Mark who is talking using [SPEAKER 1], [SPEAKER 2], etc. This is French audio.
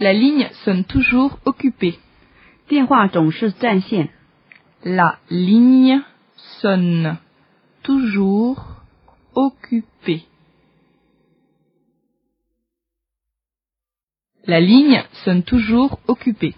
[SPEAKER 1] La ligne sonne toujours occupée.
[SPEAKER 2] 电话总是占线。
[SPEAKER 1] La ligne sonne toujours occupée. La ligne sonne toujours occupée.